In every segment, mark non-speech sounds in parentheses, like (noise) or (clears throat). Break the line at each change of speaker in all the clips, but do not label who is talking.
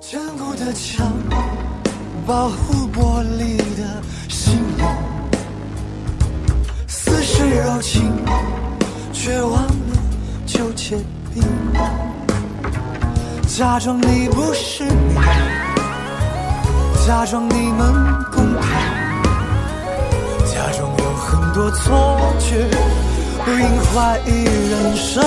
坚固的墙，保护玻璃的心灵。似是柔情，却忘了纠结病。假装你不是你，假装你们公平，假装有很多错觉，不应怀疑人生。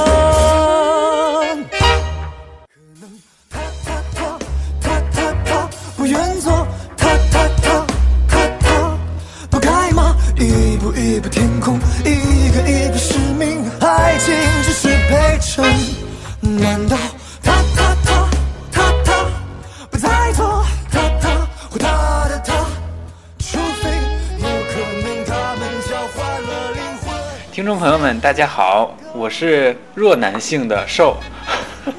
他他他他他他不愿做，他他他他他不该吗？一步一步填空，一个一个使命，爱情只是陪衬。难道他他他他他不再做他他或他的他？除非有可能他们交换了灵魂。
听众朋友们，大家好，我是弱男性的瘦，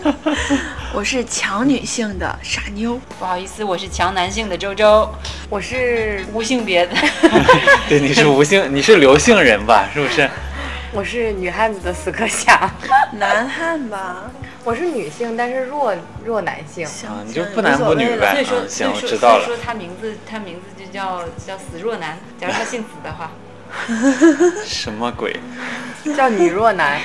(laughs)
我是强女性的傻妞，
不好意思，我是强男性的周周，我是无性别 (laughs) 的，
对，你是无 (laughs) 性，你是刘姓人吧？是不是？
我是女汉子的死磕侠，
男汉吧，
我是女性，但是弱弱男性。
想
啊，你就
想
不男不女呗。
所以说，
嗯，行，
所以
我
说，
知道
所以
了。
说他名字，他名字就叫叫死弱男。假如他姓死的话，
什么鬼？
叫女弱男，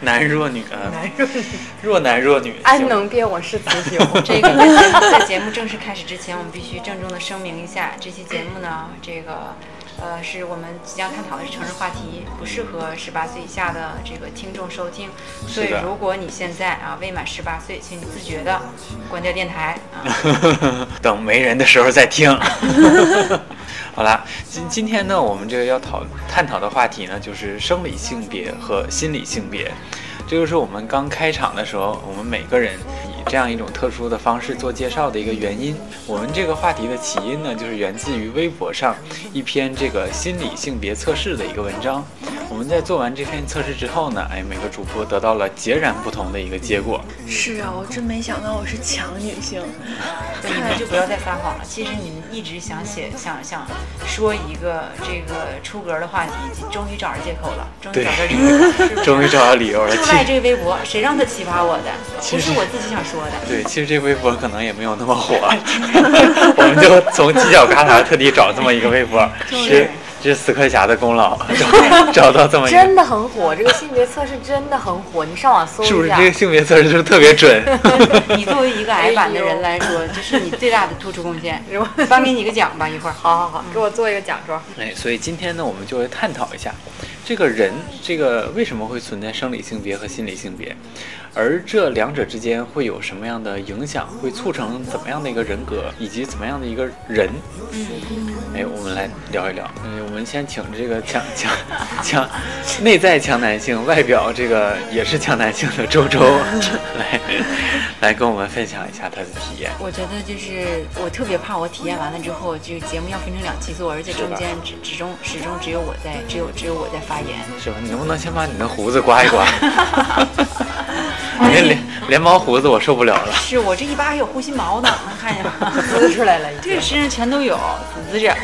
男弱女啊，男弱女，弱男弱女。
安
行
能辨我是雌
(laughs)
雄？
这个在节目在节目正式开始之前，我们必须郑重的声明一下，这期节目呢，这个呃是我们即将探讨的是成人话题，不适合十八岁以下的这个听众收听。所以
是的
如果你现在啊未满十八岁，请你自觉的关掉电台
(laughs)
啊。
等没人的时候再听。 (laughs) 好啦，今今天呢，我们这个要讨探讨的话题呢，就是生理性别和心理性别。这就是我们刚开场的时候，我们每个人以这样一种特殊的方式做介绍的一个原因。我们这个话题的起因呢，就是源自于微博上一篇这个心理性别测试的一个文章。我们在做完这篇测试之后呢，哎，每个主播得到了截然不同的一个结果。
是啊，我真没想到我是强女性，
对你们就不要再撒谎了。其实你们一直想写、想想说一个这个出格的话题，终于找着借口了，终于找着理由了，
(laughs)
是不是
终于找到理由了，
就
其
赖这个微博，谁让他启发我的？
其
不
实
是我自己想说的。
对，其实这微博可能也没有那么火， (laughs) 我们就从犄角旮旯特地找这么一个微博，是是死磕侠的功劳，找找到这么一个，
真的很火，这个性别测试真的很火，你上网搜
是不
一
是
下
这。个性别测试就是特别准？
你作为一个矮版的人来说，这是你最大的突出贡
(laughs)
献。颁给你个奖吧，一会儿。
好好好，给我做一个奖状。
哎，所以今天呢，我们就来探讨一下，这个人这个为什么会存在生理性别和心理性别，而这两者之间会有什么样的影响，会促成怎么样的一个人格，以及怎么样的一个人。哎，我们来聊一聊。嗯，我们先请这个强强强，内在强男性，外表这个也是强男性的周 (laughs) 周来来跟我们分享一下他的体验。
我觉得就是我特别怕，我体验完了之后，这个节目要分成两期做，而且中间只始终始终只有我在，只有只有我在发言。
是吧？你能不能先把你的胡子刮一刮？你那连连毛胡子我受不了了。
是我这一扒还有护心毛呢，能看见吗？
滋出来了已经，
这个身上全都有，死着。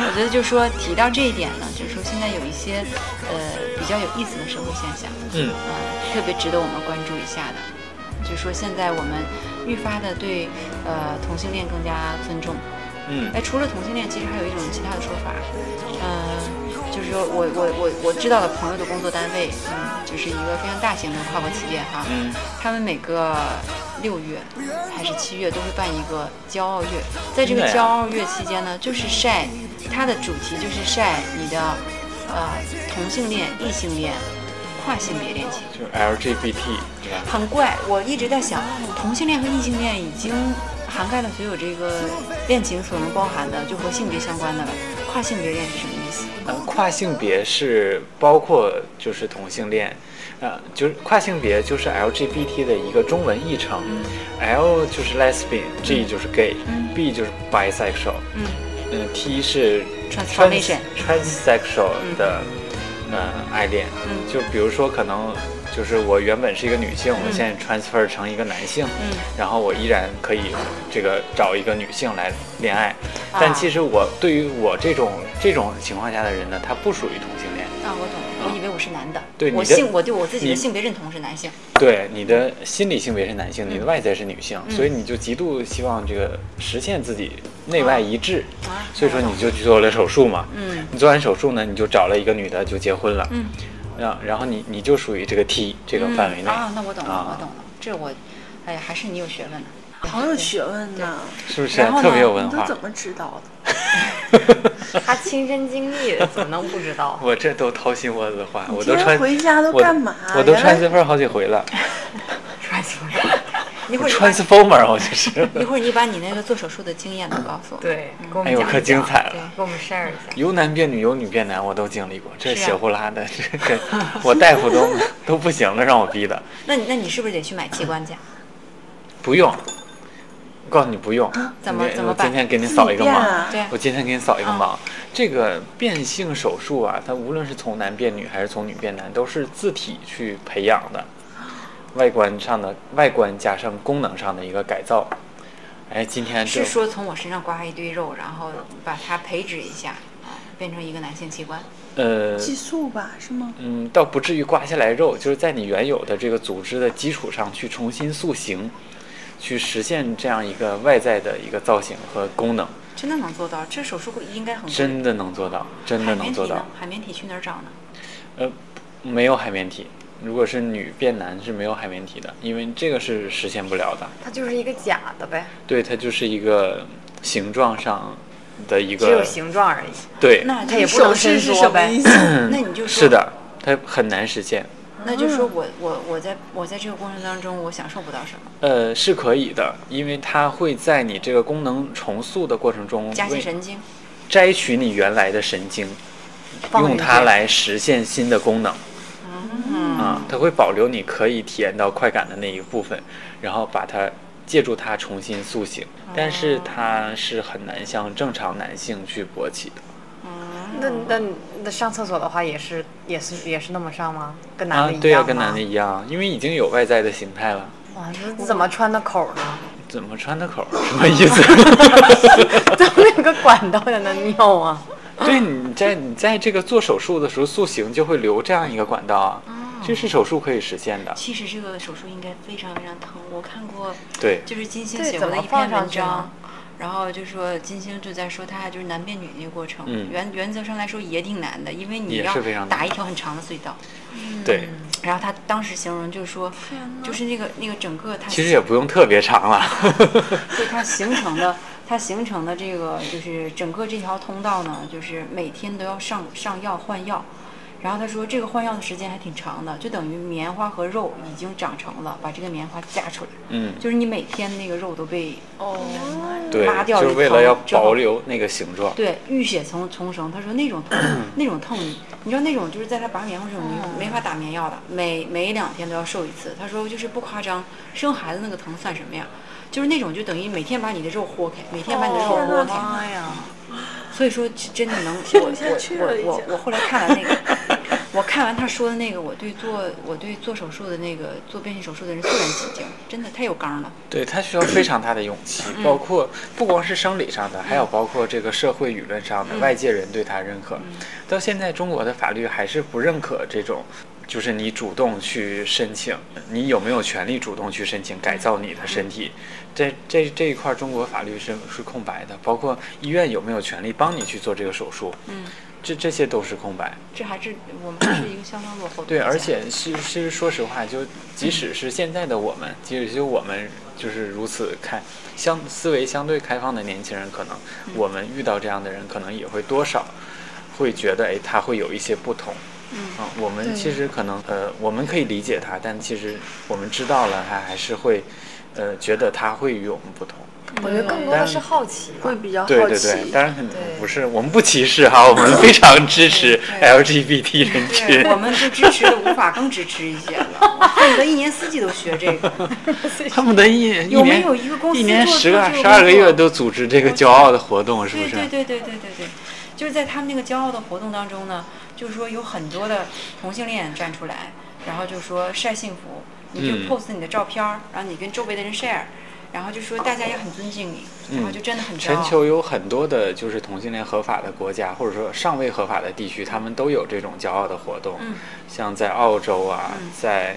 我觉得就说提到这一点呢，就是说现在有一些呃比较有意思的社会现象，
嗯
呃，特别值得我们关注一下的，就说现在我们愈发的对呃同性恋更加尊重。
嗯
哎，除了同性恋，其实还有一种其他的说法，呃，就是说我我我我知道的朋友的工作单位，嗯，就是一个非常大型的跨国企业哈，
嗯，
他们每个六月还是七月都会办一个骄傲月，在这个
真的呀
骄傲月期间呢，就是晒，它的主题就是晒你的呃同性恋、异性恋、跨性别恋情。
就是 LGBT 对吧？
很怪，我一直在想，同性恋和异性恋已经涵盖了所有这个恋情所能包含的，就和性别相关的了。跨性别恋是什么意思？
呃，跨性别是包括就是同性恋，呃，就是跨性别就是 LGBT 的一个中文译成、l 就是 lesbian，G 就是 gay，B、就是 bisexual，
嗯
嗯、t 是 trans
Transformation
transsexual 的、呃爱恋，
嗯
就比如说可能就是我原本是一个女性，我现在 transfer 成一个男性，
嗯
然后我依然可以这个找一个女性来恋爱，
啊
但其实我对于我这种这种情况下的人呢，他不属于同性恋，
啊啊，我懂了，我以为我是男的，
对
我
你的
性我对我自己
你
的性别认同是男性，
对，你的心理性别是男性，
嗯
你的外在是女性，所以你就极度希望这个实现自己内外一致，
啊
所以说你就去做了手术嘛。
嗯
你做完手术呢，你就找了一个女的就结婚了。
嗯，
然然后你你就属于这个 T 这个范围内，
啊，那我懂了，
啊
我懂了，这我，哎呀，还是你有学问呢，
好有学问呐！
是不是
然后
特别
呢
有
你
文
都
化？？
怎么知道的？
他亲身经历的，怎么能不知道
我这都掏心窝子的话，我都
今天
穿
回家都
我
干嘛
我都
原来
穿 transfer 好几回
(laughs)
了
穿什么？
一会儿你把，
，transformer 我这是
一会儿你把你那个做手术的经验都告诉我，嗯
对，给我
哎
们
呦
讲一
可精
讲
彩
对
了。
给我们 share 一下。
由男变女，由女变男，我都经历过。这
是啊
血呼啦的，这这我大夫都都不行了，让我逼的。
那你那你是不是得去买器官去？
不用，我告诉你不用。
啊怎么
你
怎么
我
办
今天给你扫一个
自己变
盲，
啊
对
我今天给你扫一个
啊
盲。这个变性手术啊，它无论是从男变女还是从女变男，都是自体去培养的，外观上的外观加上功能上的一个改造。哎，今天就是
说从我身上刮一堆肉，然后把它培植一下，啊，变成一个男性器官。
呃，
激素吧，是吗？
嗯，倒不至于刮下来肉，就是在你原有的这个组织的基础上去重新塑形，去实现这样一个外在的一个造型和功能，
真的能做到？这手术会应该很贵
真的能做到，真的能做到。
海绵体呢？海绵体去哪儿找呢？
呃，没有海绵体，如果是女变男是没有海绵体的，因为这个是实现不了的。
它就是一个假的呗，
对，它就是一个形状上的一
只有
个
形状而已。
对，
那
它也
就
不能
手势
伸
是
缩
什么
呗
意。思？
那你就说
是，的，它很难实现。
那就
嗯
说我我我在我在这个过程当中，我享受不到什么，
呃，是可以的，因为它会在你这个功能重塑的过程中，
夹
为
心神经。
摘取你原来的神经，
放
用
进
它
去
来实现新的功能
嗯，
啊，它会保留你可以体验到快感的那一部分，然后把它借助它重新塑形，
哦
但是它是很难像正常男性去勃起的。
那那那上厕所的话，也是也是也是那么上吗？跟男
啊
的一样吗？，
对啊，跟男的一样，因为已经有外在的形态了，
哇，这怎么穿的口呢？ (laughs)
怎么穿的口儿？什么意思？
怎么有个管道在那尿啊？
对，你在你在这个做手术的时候塑形就会留这样一个管道
哦
啊，这是手术可以实现的。
其实这个手术应该非常非常疼。我看过，
对，
就是金星
对
写
怎
过的
么
一篇
放
文
上去
章
呢，
然后就说金星就在说他就是男变女那个过程，
嗯
原原则上来说也挺难的，因为你
也
要
是非常难
打一条很长的隧道。
嗯
对，
然后他当时形容就是说，就是那个那个整个他
其实也不用特别长了。
就它形成的，它形成的这个就是整个这条通道呢，就是每天都要上上药换药。然后他说，这个换药的时间还挺长的，就等于棉花和肉已经长成了，把这个棉花夹出来，
嗯，
就是你每天那个肉都被
对，
拉掉
就是
一
为
层
了要
之
保
后
留那个形状。
对浴血重重生。他说那种痛，那种痛，你知道那种就是在他拔棉花的时候没没法打棉药的，每每两天都要受一次。他说就是不夸张，生孩子那个疼算什么呀？就是那种就等于每天把你的肉豁开，每天把你的肉豁开。
妈呀！
所以说，真的
(laughs)
能，我
不下去
我
了已
我我
经
我后来看完那个， (laughs) 我看完他说的那个，我对做我对做手术的那个做变性手术的人肃然起敬，真的太有刚了。
对，它需要非常大的勇气，
嗯
包括不光是生理上的，还有包括这个社会舆论上的，
嗯
外界人对它认可。到现在，中国的法律还是不认可这种，就是你主动去申请，你有没有权利主动去申请改造你的身体？
嗯
这这这一块，中国法律是是空白的，包括医院有没有权利帮你去做这个手术？
嗯，
这这些都是空白。
这还是我们还是一个相当落后的国家。
对，而且是其实说实话，就即使是现在的我们，即使就我们就是如此开相思维相对开放的年轻人，可能我们遇到这样的人，可能也会多少会觉得，哎，他会有一些不同。嗯、我们其实可能呃，我们可以理解他，但其实我们知道了，他还是会呃觉得他会与我们不同。
我觉得更多的是好奇吧。
嗯会比较好奇。
对对对，当然很
对
不是，我们不歧视哈，我们非常支持 LGBT 人群。
对，我们就支持的无法更支持一些了。我恨不得一年四季都学这个。 (laughs)
恨不得一一
有没
年
有一个公司
一年
做
十
做
个
这个
十二个
工作
月都组织这个骄傲的活动，是不
对
是？
对对对对对对，就是在他们那个骄傲的活动当中呢，就是说有很多的同性恋站出来，然后就说晒幸福，你就
嗯
pose 你的照片儿，然后你跟周围的人 share，然后就说大家也很尊敬你，然后就真的很骄
嗯全
傲。
球有很多的，就是同性恋合法的国家，或者说尚未合法的地区，他们都有这种骄傲的活动。
嗯
像在澳洲啊，在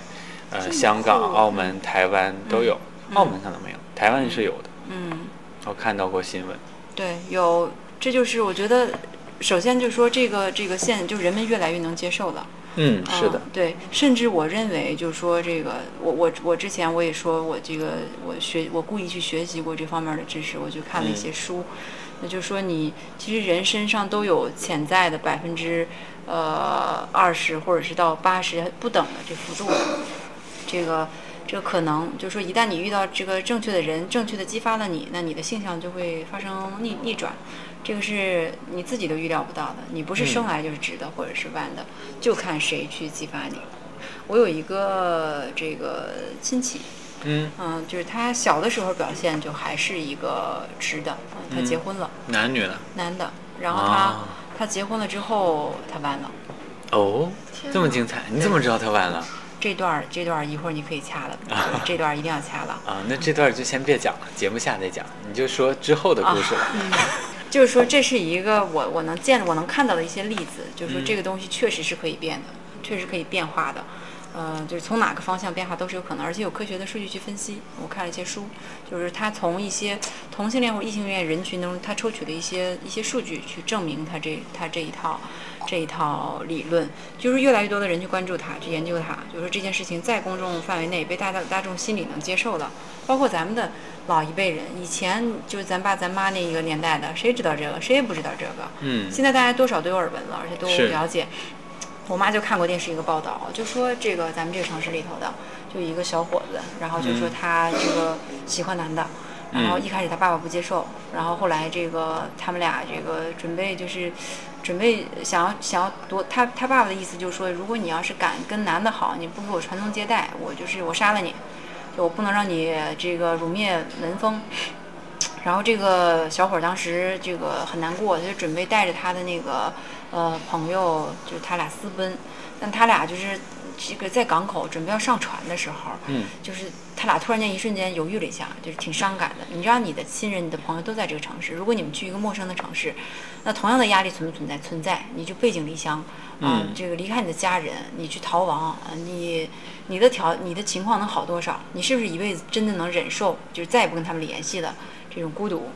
呃香港、澳门、台湾都有，澳门可能没有，台湾是有的。
嗯，
我看到过新闻，
对，有，这就是我觉得，首先就说这个这个现，就人们越来越能接受了。
嗯，是的
嗯，对，甚至我认为，就是说这个，我我我之前我也说我这个我学我故意去学习过这方面的知识，我就看了一
嗯
些书，那就是说你其实人身上都有潜在的百分之呃二十或者是到八十不等的这幅度，这个这个可能就是说一旦你遇到这个正确的人，正确的激发了你，那你的性向就会发生逆逆转。这个是你自己都预料不到的，你不是生来就是直的或者是弯的，就看谁去激发你。我有一个这个亲戚，
嗯，
嗯，就是他小的时候表现就还是一个直的，嗯，他结婚了，
男女呢？
男的，然后他、
啊
他结婚了之后他弯了，
哦，这么精彩，你怎么知道他晚了
这段儿这段儿一会儿你可以掐了，就是这段儿一定要掐了。
啊？那这段就先别讲了，节目下再讲，你就说之后的故事
啊
了。
就是说，这是一个我我能见我能看到的一些例子，就是说这个东西确实是可以变的，确实可以变化的。呃，就是从哪个方向变化都是有可能，而且有科学的数据去分析。我看了一些书，就是他从一些同性恋或异性恋人群中，他抽取了一些一些数据去证明他这他这一套这一套理论，就是越来越多的人去关注它，去研究它，就是说这件事情在公众范围内被大大大众心里能接受了，包括咱们的老一辈人，以前就是咱爸咱妈那一个年代的，谁知道这个，谁也不知道这个。
嗯
现在大家多少都有耳闻了，而且都
是
了解。我妈就看过电视一个报道，就说这个咱们这个城市里头的，就一个小伙子，然后就说他这个喜欢男的，然后一开始他爸爸不接受，然后后来这个他们俩这个准备就是。准备想要想要夺他他爸爸的意思就是说，如果你要是敢跟男的好，你不给我传宗接代，我就是我杀了你，就我不能让你这个辱灭文风。然后这个小伙儿当时这个很难过，他就准备带着他的那个呃朋友，就是他俩私奔，但他俩就是这个在港口准备要上船的时候，
嗯，
就是他俩突然间一瞬间犹豫了一下，就是挺伤感的。你知道你的亲人、你的朋友都在这个城市，如果你们去一个陌生的城市，那同样的压力存不存在？存在，你就背井离乡，啊、
嗯
这个离开你的家人，你去逃亡，啊你你的条你的情况能好多少？你是不是一辈子真的能忍受，就是再也不跟他们联系的这种孤独？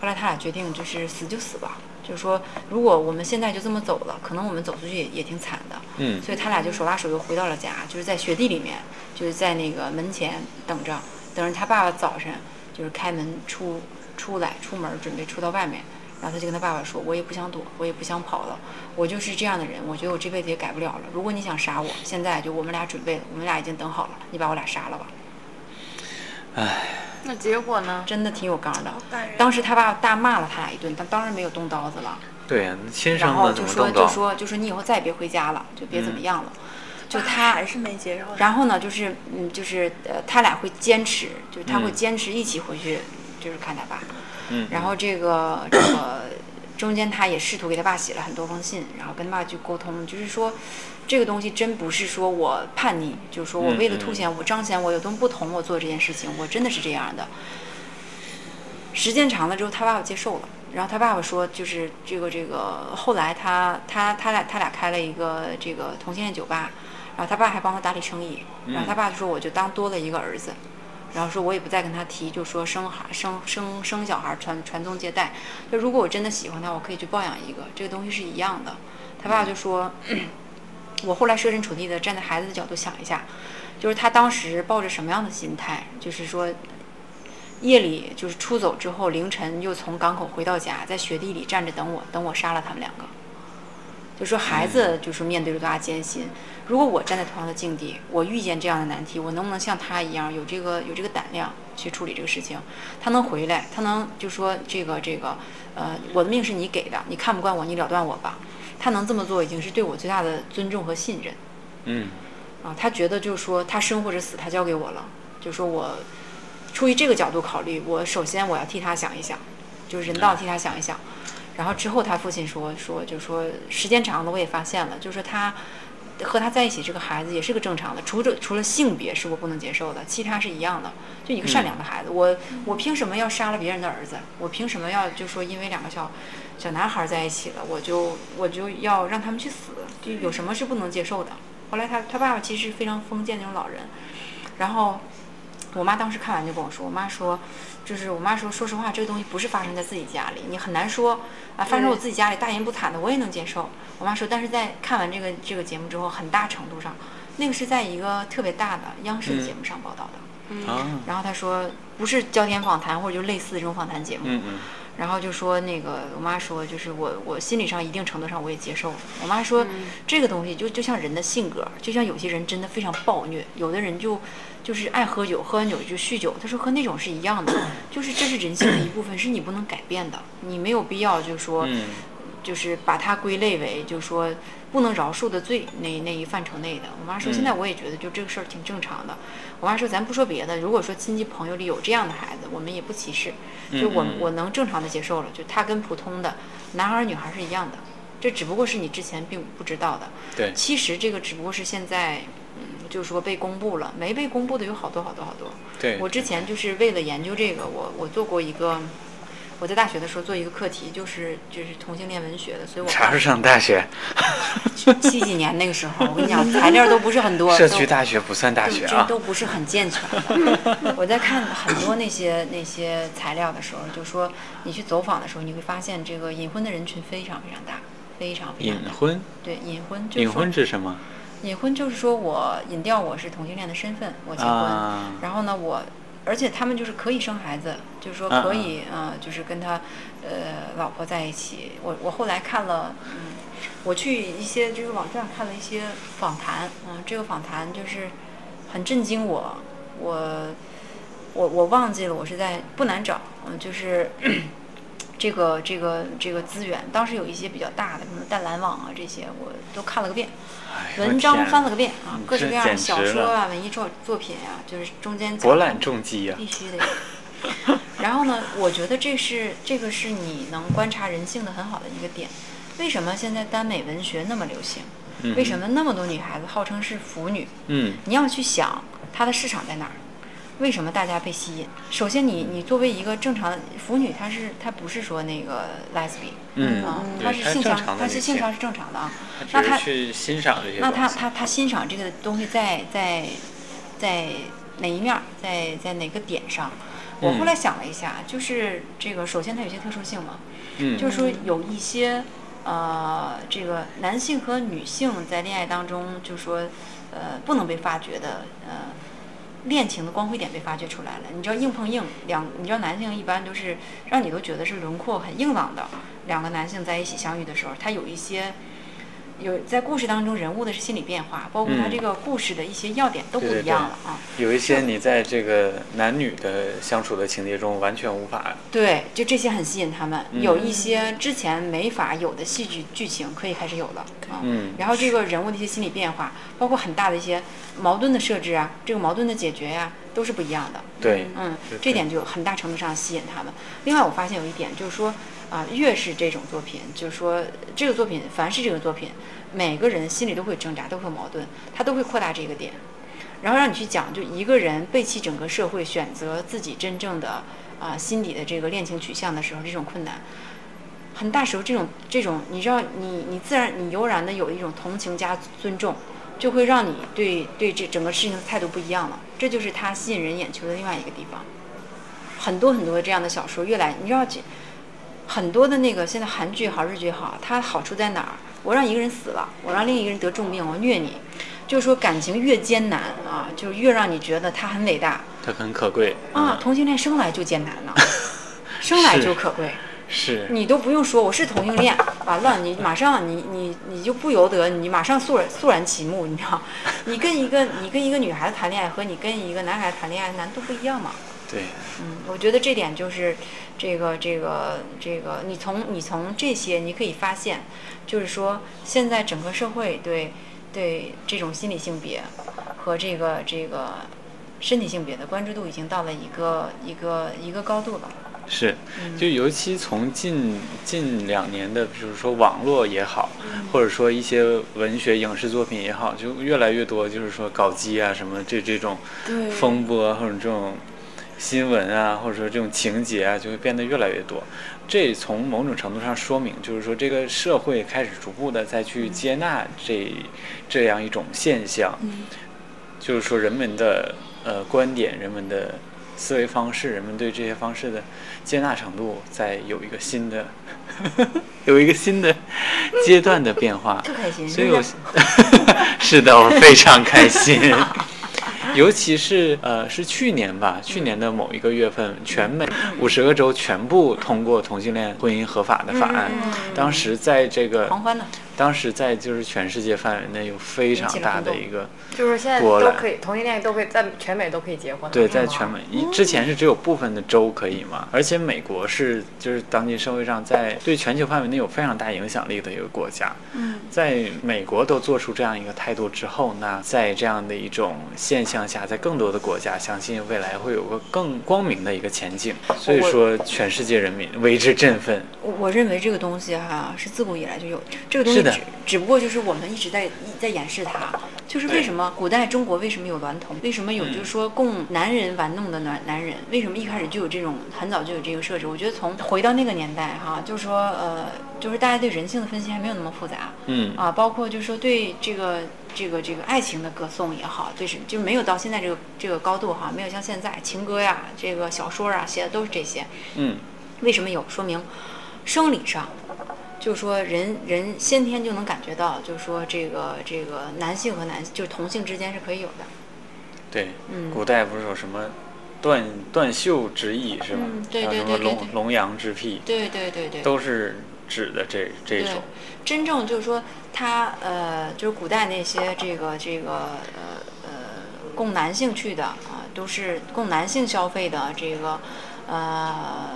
后来他俩决定就是死就死吧，就是说如果我们现在就这么走了，可能我们走出去也也挺惨的。
嗯
所以他俩就手拉手又回到了家，就是在雪地里面，就是在那个门前等着，等着他爸爸早晨就是开门出出来出门，准备出到外面。然后他就跟他爸爸说：“我也不想躲，我也不想跑了，我就是这样的人，我觉得我这辈子也改不了了。如果你想杀我，现在就我们俩准备了，我们俩已经等好了，你把我俩杀了吧。”
那结果呢？
真的挺有刚的
感人。
当时他爸大骂了他俩一顿，但当然没有动刀子了。
对呀，亲
然
生
后
的怎
就
么
说
动
就
刀？嗯
说就说你以后再也别回家了，就别怎么样了。就他
还是没接受。
然后呢，就是嗯，就是呃，他俩会坚持，就是他会坚持一起回去，就是看他爸。
嗯
然后这个这个中间他也试图给他爸写了很多封信，然后跟他爸去沟通，就是说这个东西真不是说我叛逆，就是说
嗯
我为了凸显我彰显我有多么不同，我做这件事情，我真的是这样的。时间长了之后，他爸爸接受了。然后他爸爸说，就是这个这个，后来他他他俩他俩开了一个这个同性恋酒吧，然后他爸还帮他打理生意。然后他爸就说，我就当多了一个儿子，然后说我也不再跟他提，就说生孩生生生小孩传传宗接代。就如果我真的喜欢他，我可以去抱养一个，这个东西是一样的。他爸就说， (clears throat) 我后来设身处地的站在孩子的角度想一下，就是他当时抱着什么样的心态，就是说夜里就是出走之后，凌晨又从港口回到家，在雪地里站着等我，等我杀了他们两个。就说孩子就是面对着多大艰辛，如果我站在同样的境地，我遇见这样的难题，我能不能像他一样有这个有这个胆量去处理这个事情？他能回来，他能就说这个这个，呃，我的命是你给的，你看不惯我，你了断我吧。他能这么做，已经是对我最大的尊重和信任。
嗯
啊，他觉得就是说他生或者死，他交给我了，就说我出于这个角度考虑，我首先我要替他想一想，就是人道替他想一想。然后之后他父亲说说就说时间长了我也发现了，就是说他和他在一起这个孩子也是个正常的，除了除了性别是我不能接受的，其他是一样的，就一个善良的孩子。我我凭什么要杀了别人的儿子？我凭什么要就说因为两个小小男孩在一起了，我就我就要让他们去死？就有什么是不能接受的？后来他他爸爸其实非常封建那种老人，然后我妈当时看完就跟我说，我妈说，就是我妈说，说实话，这个东西不是发生在自己家里，你很难说啊，发生我自己家里大言不惭的我也能接受。我妈说，但是在看完这个这个节目之后，很大程度上，那个是在一个特别大的央视的节目上报道的，
啊，
然后她说不是焦点访谈或者就类似这种访谈节目，
嗯嗯，
然后就说那个，我妈说就是我我心理上一定程度上我也接受了。我妈说、这个东西就就像人的性格，就像有些人真的非常暴虐，有的人就就是爱喝酒，喝完酒就酗酒。她说和那种是一样的，就是这是人性的一部分，是你不能改变的，你没有必要就说。
嗯
就是把它归类为，就是说不能饶恕的罪那那一范畴内的。我妈说，
嗯
现在我也觉得就这个事儿挺正常的。我妈说，咱不说别的，如果说亲戚朋友里有这样的孩子，我们也不歧视，就我
嗯嗯嗯
我能正常的接受了，就他跟普通的男孩儿女孩儿是一样的，这只不过是你之前并不知道的。
对，
其实这个只不过是现在，嗯，就是说被公布了，没被公布的有好多好多好多。
对
我之前就是为了研究这个，我我做过一个，我在大学的时候做一个课题，就是就是同性恋文学的，所以我
啥时候上大学？
七几年那个时候，我跟你讲，材料都不是很多，
(laughs) 社区
都
大学不算大
对
学
就是
啊。
都不是很健全
(laughs)
的。我在看很多那些那些材料的时候，就说你去走访的时候，你会发现这个隐婚的人群非常非常大，非常非
隐
常大。
婚，
对隐婚就是
隐
说
婚是什么？
隐婚就是说我隐掉我是同性恋的身份，我结婚，
啊
然后呢我，而且他们就是可以生孩子，就是说
嗯
可以，呃，就是跟他，呃，老婆在一起。我我后来看了，嗯，我去一些就是网站看了一些访谈，嗯、这个访谈就是很震惊我，我我我忘记了，我是在不难找，嗯、就是。这个这个这个资源，当时有一些比较大的，什么淡蓝网啊这些，我都看了个遍。
哎呦
文章
天
翻了个遍啊
你，
各式
这
各样的
嗯简直
小说
了
啊、文艺作作品啊，就是中间
博览众击呀
必。须得。然后呢，我觉得这是这个是你能观察人性的很好的一个点。为什么现在耽美文学那么流行？
嗯
为什么那么多女孩子号称是腐女？
嗯
你要去想它的市场在哪儿，为什么大家被吸引？首先你，你作为一个正常腐女，她是她不是说那个 lesbian，
嗯
啊，
对
她是
她是
性
正
向
常，的
她
女
是性
性
向是正常的啊。
他
那
只
她
是去欣赏这些东
那
西。
他他他欣赏这个东西在在在哪一面儿，在在哪个点上？我
嗯
后来想了一下，就是这个，首先它有些特殊性嘛，
嗯
就是说有一些呃，这个男性和女性在恋爱当中，就说呃不能被发掘的呃恋情的光辉点被发掘出来了。你知道硬碰硬，两你知道男性一般都是让你都觉得是轮廓很硬朗的，两个男性在一起相遇的时候，他有一些。有在故事当中人物的是心理变化，包括他
嗯
这个故事的一些要点都不
对对
一
对
样了啊。
有一些你在这个男女的相处的情节中完全无法，
对，就这些很吸引他们。
嗯
有一些之前没法有的戏剧剧情可以开始有了啊。
嗯
然后这个人物的一些心理变化，包括很大的一些矛盾的设置啊，这个矛盾的解决呀、都是不一样的。
对，
嗯
是，
这点就很大程度上吸引他们。另外，我发现有一点就是说，啊、越是这种作品，就是说这个作品，凡是这个作品，每个人心里都会有挣扎，都会有矛盾，他都会扩大这个点，然后让你去讲，就一个人背弃整个社会，选择自己真正的啊、心底的这个恋情取向的时候，这种困难。很大时候，这种这种，你知道，你你自然你悠然的有一种同情加尊重，就会让你对对这整个事情的态度不一样了。这就是它吸引人眼球的另外一个地方。很多很多这样的小说，越来你知道这很多的那个现在韩剧也好，日剧也好，它好处在哪儿？我让一个人死了，我让另一个人得重病，我虐你，就是说感情越艰难啊，就是越让你觉得他很伟大
它很可贵
啊。
嗯
同性恋生来就艰难呢，生来就是可贵。
是，
你都不用说我是同性恋，完了你马上你你你就不由得你马上肃然肃然起目，你知道， (laughs) 你跟一个你跟一个女孩子谈恋爱和你跟一个男孩子谈恋爱难度不一样嘛。
对，
嗯，我觉得这点就是这个这个这个，你从你从这些你可以发现，就是说现在整个社会对对这种心理性别和这个这个身体性别的关注度已经到了一个一个一个高度了。
是，就尤其从近近两年的，比如说网络也好，或者说一些文学影视作品也好，就越来越多，就是说搞基啊什么这这种
对
风波啊或者这种新闻啊，或者说这种情节啊，就会变得越来越多。这从某种程度上说明，就是说这个社会开始逐步的再去接纳这这样一种现象，
嗯
就是说人们的呃观点、人们的思维方式、人们对这些方式的接纳程度，在有一个新的 (laughs) 有一个新的阶段的变化。
特开心，
所以
真的
我 (laughs) 是的，我非常开心。 (laughs) 尤其是呃，是去年吧，去年的某一个月份，全美五十个州全部通过同性恋婚姻合法的法案。当时在这个，
狂欢呢，
当时在就是全世界范围内有非常大的一个，
就是现在
波
都
兰
可以，同性恋都可以在全美都可以结婚了。
对，
是吗
在全美，一之前是只有部分的州可以嘛，而且美国是就是当今社会上在对全球范围内有非常大影响力的一个国家。
嗯，
在美国都做出这样一个态度之后呢，在这样的一种现象下，在更多的国家，相信未来会有个更光明的一个前景。所以说，全世界人民为之振奋。
我我认为这个东西哈、是自古以来就有，这个东西
是的
只只不过就是我们一直在一在掩饰它，就是为什么古代中国为什么有娈童，为什么有
嗯
就是说供男人玩弄的男男人，为什么一开始就有这种很早就有这个设置？我觉得从回到那个年代哈、就是说呃，就是大家对人性的分析还没有那么复杂，
嗯，
啊，包括就是说对这个这个这个爱情的歌颂也好，对是就没有到现在这个这个高度哈，没有像现在情歌呀、这个小说啊写的都是这些。
嗯，
为什么有？说明生理上，就是说人人先天就能感觉到，就是说这个这个男性和男就是同性之间是可以有的。
对，
嗯
古代不是有什么断断袖之意是吧？
嗯对
还有
对
什么
对对
龙
对
龙阳之癖，
对对对对。
都是指的这这
对
种。，
真正就是说他呃，就是古代那些这个这个呃呃供男性去的啊、都是供男性消费的这个呃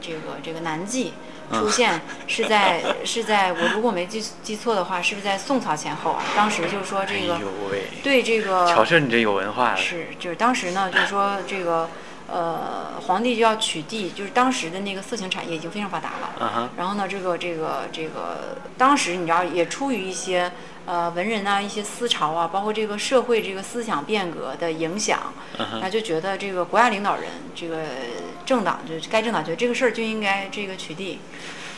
这个这个男妓。出
(laughs)
现是在是在我如果没记记错的话，是不是在宋朝前后啊？当时就是说这个、
哎呦喂！
对这个
乔治，你这有文化了。
啊是，就是当时呢，就是说这个，呃，皇帝就要取缔，就是当时的那个色情产业已经非常发达了。
啊哈
然后呢，这个这个这个，当时你知道也出于一些呃文人啊、一些思潮啊，包括这个社会这个思想变革的影响，
嗯
那就觉得这个国家领导人、这个政党就该政党觉得这个事儿就应该这个取缔，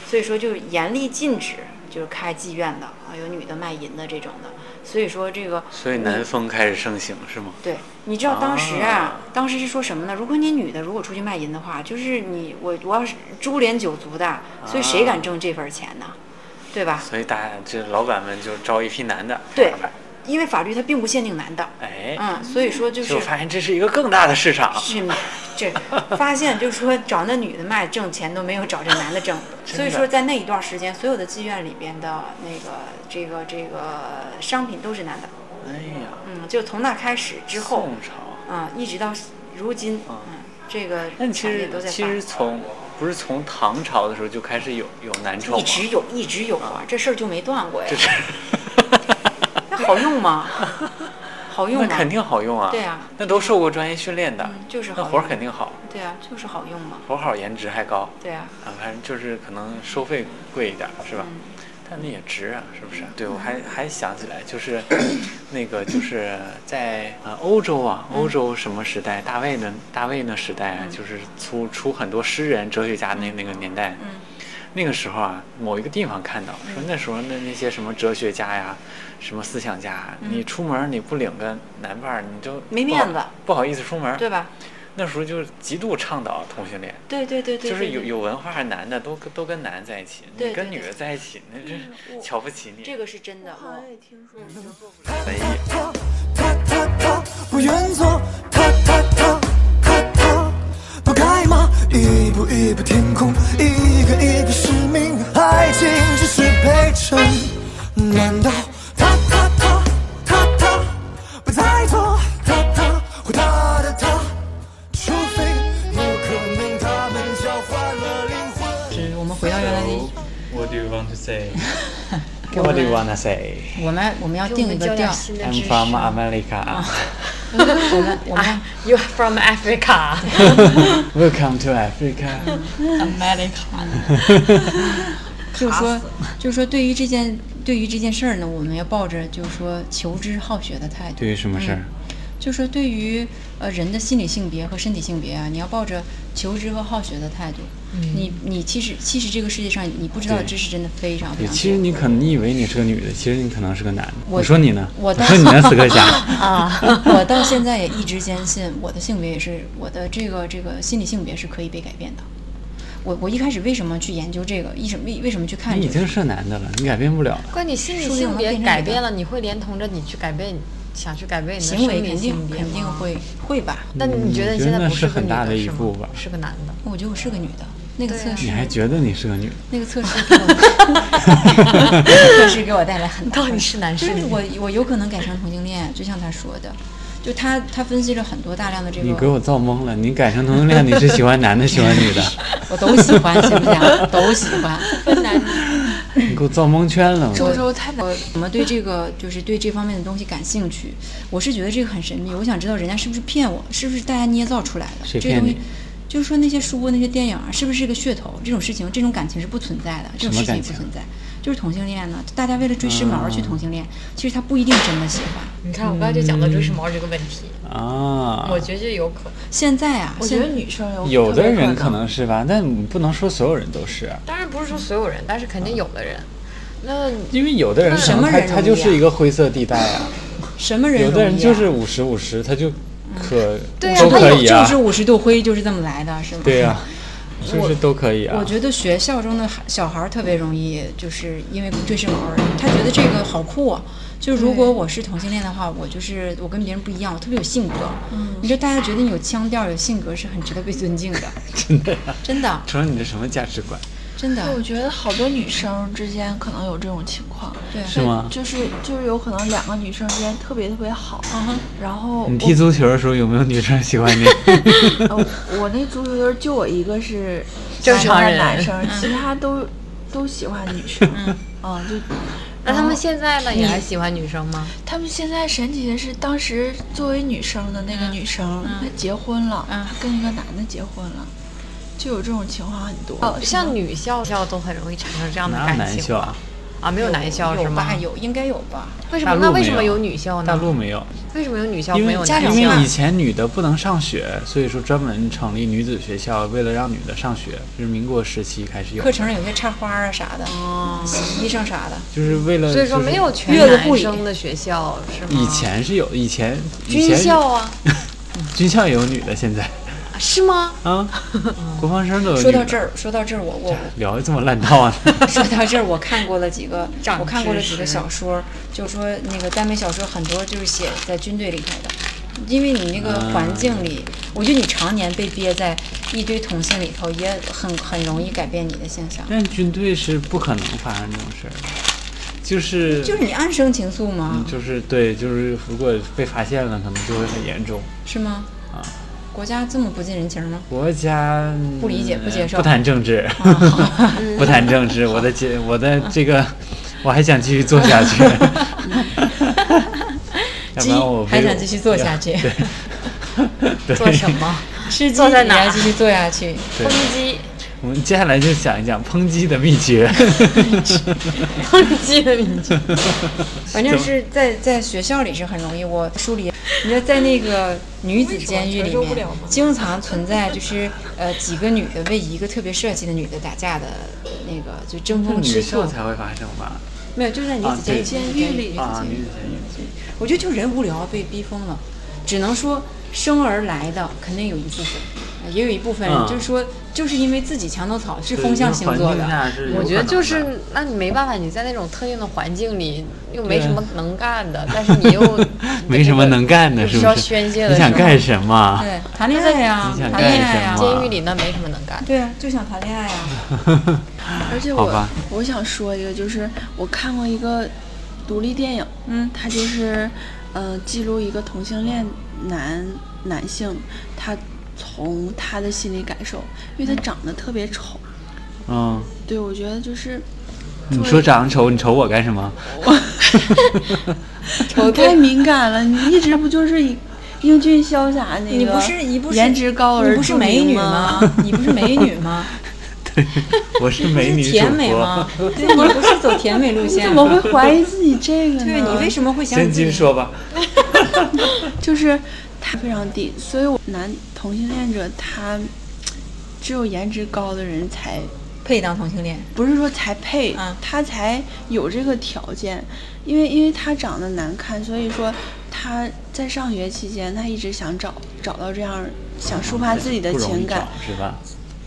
所以说就严厉禁止。就是开妓院的啊，有女的卖淫的这种的，所以说这个
所以
你
南风开始盛行是吗？
对，你知道当时啊，
啊
当时是说什么呢？如果你女的如果出去卖淫的话，就是你我我要是株连九族的，所以谁
啊
敢挣这份儿钱呢？对吧？
所以大家这老板们就招一批男的。
对，因为法律它并不限定男的，
哎，
嗯，所以说就是
就发现这是一个更大的市场，
是 (laughs) 这发现就是说找那女的卖挣钱都没有找这男的挣，
(laughs) 真的
所以说在那一段时间，所有的妓院里边的那个这个这个商品都是男的，
哎呀，
嗯，就从那开始之后
宋朝。
啊、一直到如今，嗯，这个
但其
产
实
业都在
其
发
实从不是从唐朝的时候就开始有有男宠
一
吗？ (laughs)
直有，一直有啊，这事儿就没断过呀
嗯这。是
那好
(laughs)
用吗？好用
那
吗？
肯定好用啊。
对啊，
那都受过专业训练的，
嗯就是
那
好
活儿
用。
肯定好，
对啊，就是好用嘛。
活儿好，颜值还高
对啊，
啊，反正就是可能收费贵一点儿是吧？
嗯
但那也值啊，是不是？对，我还还想起来，就是 (coughs) 那个就是在呃欧洲啊，欧
嗯
洲什么时代？大卫的大卫那时代啊，就是出出很多诗人、哲学家
嗯
那那个年代。那个时候啊，某一个地方看到
嗯
说那时候那那些什么哲学家呀，什么思想家啊，你出门你不领个男伴儿，你就
嗯没
不好
面子，
不好意思出门。
对吧？
那时候就是极度倡导同性恋。
对对对对，
就是
对
有
对
有文化的男的都跟都跟男在一起，你
对
跟
对
女的
对嗯
在一起，那真是 (laughs) 瞧不起你。
这个是真的。嗯
好
我
像也听说过。
文艺。
他他他他不愿做，他他他他他不该吗？一步一步填空，一个一个使命，爱情只是陪衬。难道他他他他他不再做他他或他的他？除非有可能他们交换了灵魂。
是我们回到原来的，
What do you want to
(laughs)
say? What do you wanna say?
我们我们要
就
定一
教
个
点 (laughs)
调，
新的
I'm
知识
(laughs)
from America.
我们我们
You are from Africa，
Welcome to Africa。
America，就说就说对于这件对于这件事儿呢，我们要抱着就是说求知好学的态度
对。于什么事儿？
就说对于呃人的心理性别和身体性别啊，你要抱着求知和好学的态度。你你其实其实这个世界上你不知道的
嗯对
知识真的非常非
对，
常
嗯其实
多
你可能你以为你是个女的，其实你可能是个男的。
我
你说你呢？
(laughs) 我
你
当
说你呢，死磕侠？
啊！ (laughs) 我到现在也一直坚信我的性别也是我的这个这个心理性别是可以被改变的。我我一开始为什么去研究这个？一什为为什么去看、这
你
个？
已经是男的了，你改变不了了。
关键你心理
说不定
性
能
别
变成
改
一个
变了，你会连同着你去改变，想去改变你的
行为
生理
肯定
性别
肯定
吗。
会会吧？
但你觉得
嗯
你现
觉得
在
那
不
是
个
很
女
大
的
的一
是吗
步吧
是个男的。
我觉得我是个女的。那个
对啊
测试，
你还觉得你是个女的？
那个测试给我，那个测试给我带来很大
到底
的
是男是
就是
女
我我有可能改成同性恋，就像他说的，就他他分析了很多大量的这个，
你给我造懵了。你改成同性恋，你是喜欢男的，喜欢
(laughs)
女的？
我都喜欢，行不行？都喜欢。
你给我造蒙圈了。
周周太难
我怎么对这个就是对这方面的东西感兴趣？我是觉得这个很神秘，我想知道人家是不是骗我，是不是大家捏造出来的？
谁
这东
骗
西
你
就是说那些书、那些电影啊，是不是一个噱头？这种事情，这种感情是不存在的，这种
什么
事情
感
也不
情嗯
存在。就是同性恋呢，大家为了追时髦而去同性恋，其实他不一定真的喜欢。
你看，我刚才就讲到
嗯
追时髦这个问题，
啊，
我觉得就有可能。
现在啊，
我觉
现
得女生有
有
特
的
别
人可能是吧，但你不能说所有人都是，啊
当然不是说所有人，但是肯定有的人。那
因为有的人可
什么
能他
人容易
他就是
啊
一个灰色地带啊，
(laughs) 什么人
有的人
容易啊
就是五十五十，他就可
对啊
都
他
可
有
以啊
就是，五十度灰就是这么来的，是吗？
对啊呀，是不是都可以啊
我？觉得学校中的孩小孩儿特别容易，就是因为追时髦而，他觉得这个好酷啊。就如果我是同性恋的话，我就是我跟别人不一样，我特别有性格。嗯，你就大家觉得你有腔调、有性格是很值得被尊敬的。真的、
成了你的什么价值观？
真的，
对，我
真的。
觉得好多女生之间可能有这种情况，
对
是吗
就是就是有可能两个女生之间特别特别好，然后
你踢足球的时候有没有女生喜欢你？
我呃我那足球队就我一个是
正
男生
常
和
人嗯
男生，其他都都喜欢女生，嗯，就
那他们现在呢，也还喜欢女生吗？
他们现在神奇的是，当时作为女生的那
嗯
个女生，她结婚了，
嗯
她跟一个男的结婚了，就有这种情况很多。
哦，像女校校都很容易产生这样的
哪有
感
男
情
校啊？
啊，没有男校是
有
吗
吧？？有，应该有吧？
为什
大
么？
陆
那为
没
什么
有
有女校呢？
大陆没有，
为什么有女校
因
没
为
有
家
男
长
校？
因为
嘛
以前女的不能上学，所以说专门成立女子学校，为了让女的上学，是民国时期开始有的，
课程上有些插花啊啥的，洗衣裳啥的。
就是为了
所以说
就是
没有全
月子护
男
理
生的学校是吗？
以前是有，以前以
军
前
校啊，
(laughs) 军校也有女的，现在
是吗？
啊，国防生都有女
说
的。
到这儿，说到这儿，我我
聊得这么烂套啊！
说到这儿，我看过了几 (laughs) 个，
长
我看过了几个
知识
小说，就说那个耽美小说很多就是写在军队里头的，因为你那个
啊
环境里，我觉得你常年被憋在一堆同性里头，也很很容易改变你的现象。
但军队是不可能发生这种事儿的，就是
就是你暗生情愫吗
嗯？就是对，就是如果被发现了，可能就会很严重。
是吗？
啊，
国家这么不近人情吗？
国家嗯
不理解不接受哦
不
嗯
谈政治， (laughs) 不谈政治。我的姐，我的这个，我还想继续做下去。 (laughs) 要不
鸡
然我
还
被
嗯想继续做下去， (laughs)
对
做什么？
吃鸡
坐在哪
也要继续做下去。
对
攻击
我们接下来就讲一讲抨击的秘
(laughs)
哦
诀。
攻
(laughs)
击的名字。
反正是在在学校里是很容易，我梳理，你说在那个女子监狱里面，经常存在就是呃几个女的为一个特别设计的女的打架的那个就争风吃
女
醋
校，才会发生吧？
没有就在女
啊
子
对
监监狱里，
啊，女子监狱。
我觉得就人无聊被逼疯了，只能说生而来的肯定有一部分。呃也有一部分人
嗯
就是说，就是因为自己墙头草是
对
风象
因为
星
环
座
境
的，
下是有
我觉
可
得
能
就
(laughs)
的
是，那你没办法，你在那种特定的环境里又没
对
什么能干的，但是
(laughs)
你又
没什么能干的，
又
是
需
不
要
是？
宣泄的
你
时候，
想干什么？
对，谈恋爱呀
你，想
谈恋
干啊
爱
什
呀
么，
监狱里那没什么能干的。
对啊，就想谈恋爱呀，
而且
好
我
吧
我想说一个，就是我看过一个独立电影，
嗯
它就是呃记录一个同性恋男男性，他从他的心理感受，因为他长得特别丑，
嗯，
对我觉得就是
你说长得丑，你瞅我干什么？
你太敏感了，你一直不就是一英俊潇洒那个，
你不是你不是
颜值高而
你不是
著名
美女
吗？？
(laughs) 你不是美女
(laughs)
吗？
我是
你
美
不
女
是
主
甜美
播
吗。？对，你不是走甜美路
你 (laughs)
线
怎么
吗？
会怀疑自己这个呢？
对你为什么会想
真
自己
金说吧，
就是他非常低，所以我男同性恋者他只有颜值高的人才
配当同性恋？
不是说才配，
啊
他才有这个条件，因为因为他长得难看，所以说他在上学期间，他一直想找找到这样想抒发自己的
不容易
情感
找，是吧？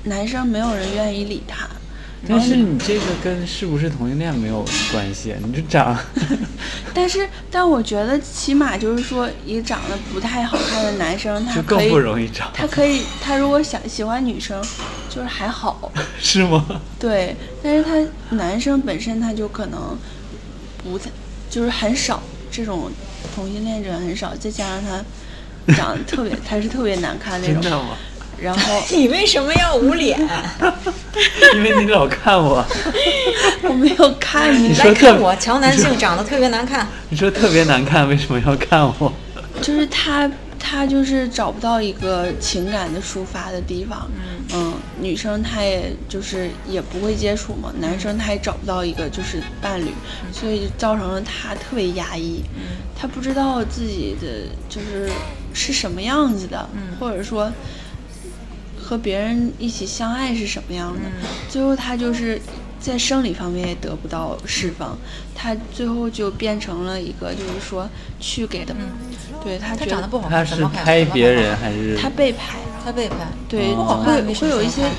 男生没有人愿意理他。
但是你这个跟是不是同性恋没有关系，你就长，
但是，但我觉得起码就是说，一个长得不太好看的男生，他
就
可
更
以
不容易找，
他可以，他如果想喜欢女生，就是还好，
是吗？
对。但是他男生本身他就可能不太，就是很少这种同性恋者很少，再加上他长得特别，他是特别难看那
真的
种。
吗？
然后
你为什么要捂脸？
因为你老看我，
我没有看
你
你，
说
来看
特
我，乔男性长得特别难看，
你说特别难看，为什么要看我？
就是他他就是找不到一个情感的抒发的地方。嗯，女生她也就是也不会接触嘛，男生他也找不到一个就是伴侣，所以就造成了他特别压抑，他不知道自己的就是是什么样子的，或者说和别人一起相爱是什么样的。最后他就是在生理方面也得不到释放，他最后就变成了一个就是说去给的，对他觉
他长
嗯得
得不啊好
他
看，怎
是
么看
拍
怎么
别
好
人还是
他被拍了。
他背叛，
对，
不好
哦会
看为什
会
么
有一
想
些
看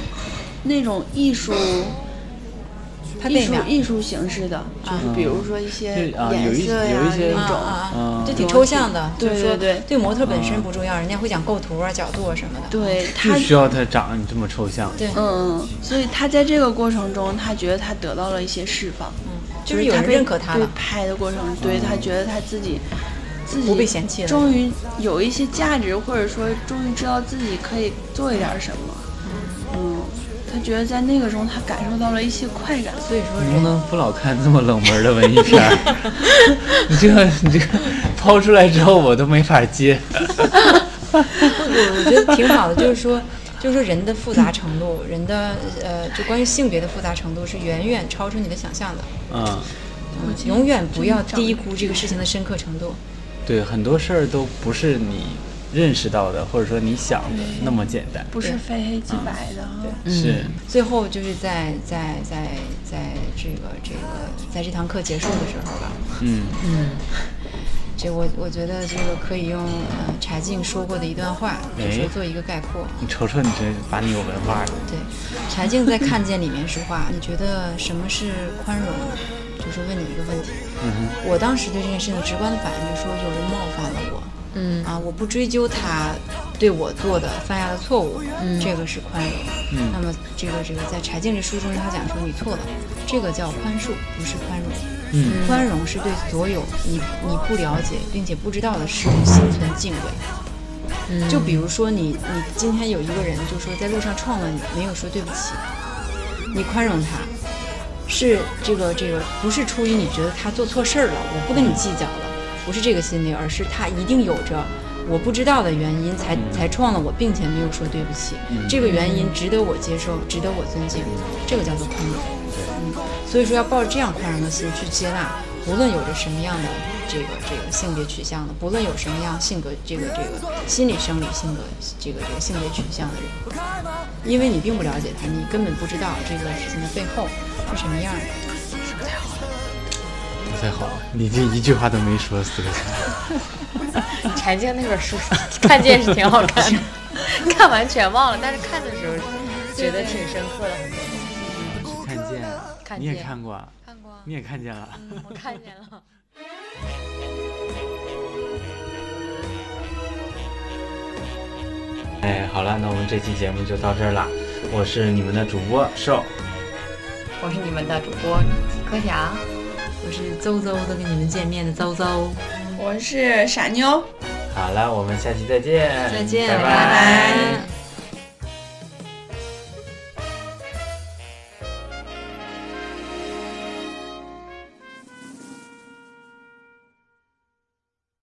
那种艺术
他
艺
背
术
面儿
艺术形式的，就是比如说一些
就啊有
颜
一
色呀
有一些
那
啊
种。
啊
嗯
啊，这挺抽象的。
对
就是说
对对
对模特本
啊
身不重要，人家会讲构图啊、角度啊什么的。
对
就
他，
需要他长你这么抽象，
对，
嗯，所以他在这个过程中，他觉得他得到了一些释放，
就是有人
被
认可他
被
了。
拍的过程，对他觉得他自己自己
不被嫌弃了
终于有一些价值，或者说终于知道自己可以做一点什么。嗯，他觉得在那个中，他感受到了一些快感，所以说
你能不能不老看这么冷门的文艺片儿？你这个你这个抛出来之后，我都没法接。
我觉得挺好的，就是说，就是说人的复杂程度，人的呃，就关于性别的复杂程度是远远超出你的想象的。
嗯，
嗯永远不要低估这个事情的深刻程度。
对，很多事儿都不是你认识到的，或者说你想的那么简单。
不是非黑即白的啊哈。
是，
最后就是在在在在这个这个在这堂课结束的时候吧，
嗯，
这我我觉得这个可以用呃柴静说过的一段话，就
哎
是做一个概括。
你瞅瞅你这把你有文化的，
对，柴静在《看见》里面说话，你觉得什么是宽容？就是问你一个问题。我当时对这件事情直观的反应就是说，有人冒犯了我。嗯啊，我不追究他对我做的犯下的错误，嗯、这个是宽容。嗯、那么这个这个在柴静这书中，他讲说你错了，这个叫宽恕，不是宽容。嗯，宽容是对所有你你不了解并且不知道的事物心存敬畏。就比如说你，你今天有一个人就说在路上撞了你，没有说对不起，你宽容他，是这个这个不是出于你觉得他做错事儿了，我不跟你计较了，不是这个心理，而是他一定有着我不知道的原因才才撞了我，并且没有说对不起，这个原因值得我接受，值得我尊敬，这个叫做宽容。嗯，所以说要抱着这样宽容的心去接纳，无论有着什么样的这个这个性别取向的，不论有什么样性格这个这个心理生理性格这个这个性别取向的人，因为你并不了解他，你根本不知道这个事情的背后是什么样的。
不太好。你这一句话都没说四个字，
柴静那本书看见是挺好看的， (laughs) 看完全忘了，但是看的时候觉得挺深刻的。
是看见啊，
看
你也
见
看过啊，
看过啊，
你也看见了。
我看见了。
哎，好了，那我们这期节目就到这儿了。我是你们的主播瘦，
我是你们的主播柯翔，
我是邹邹的跟你们见面的邹邹。
我是傻妞。
好了，我们下期再见，
再见
拜
拜拜
拜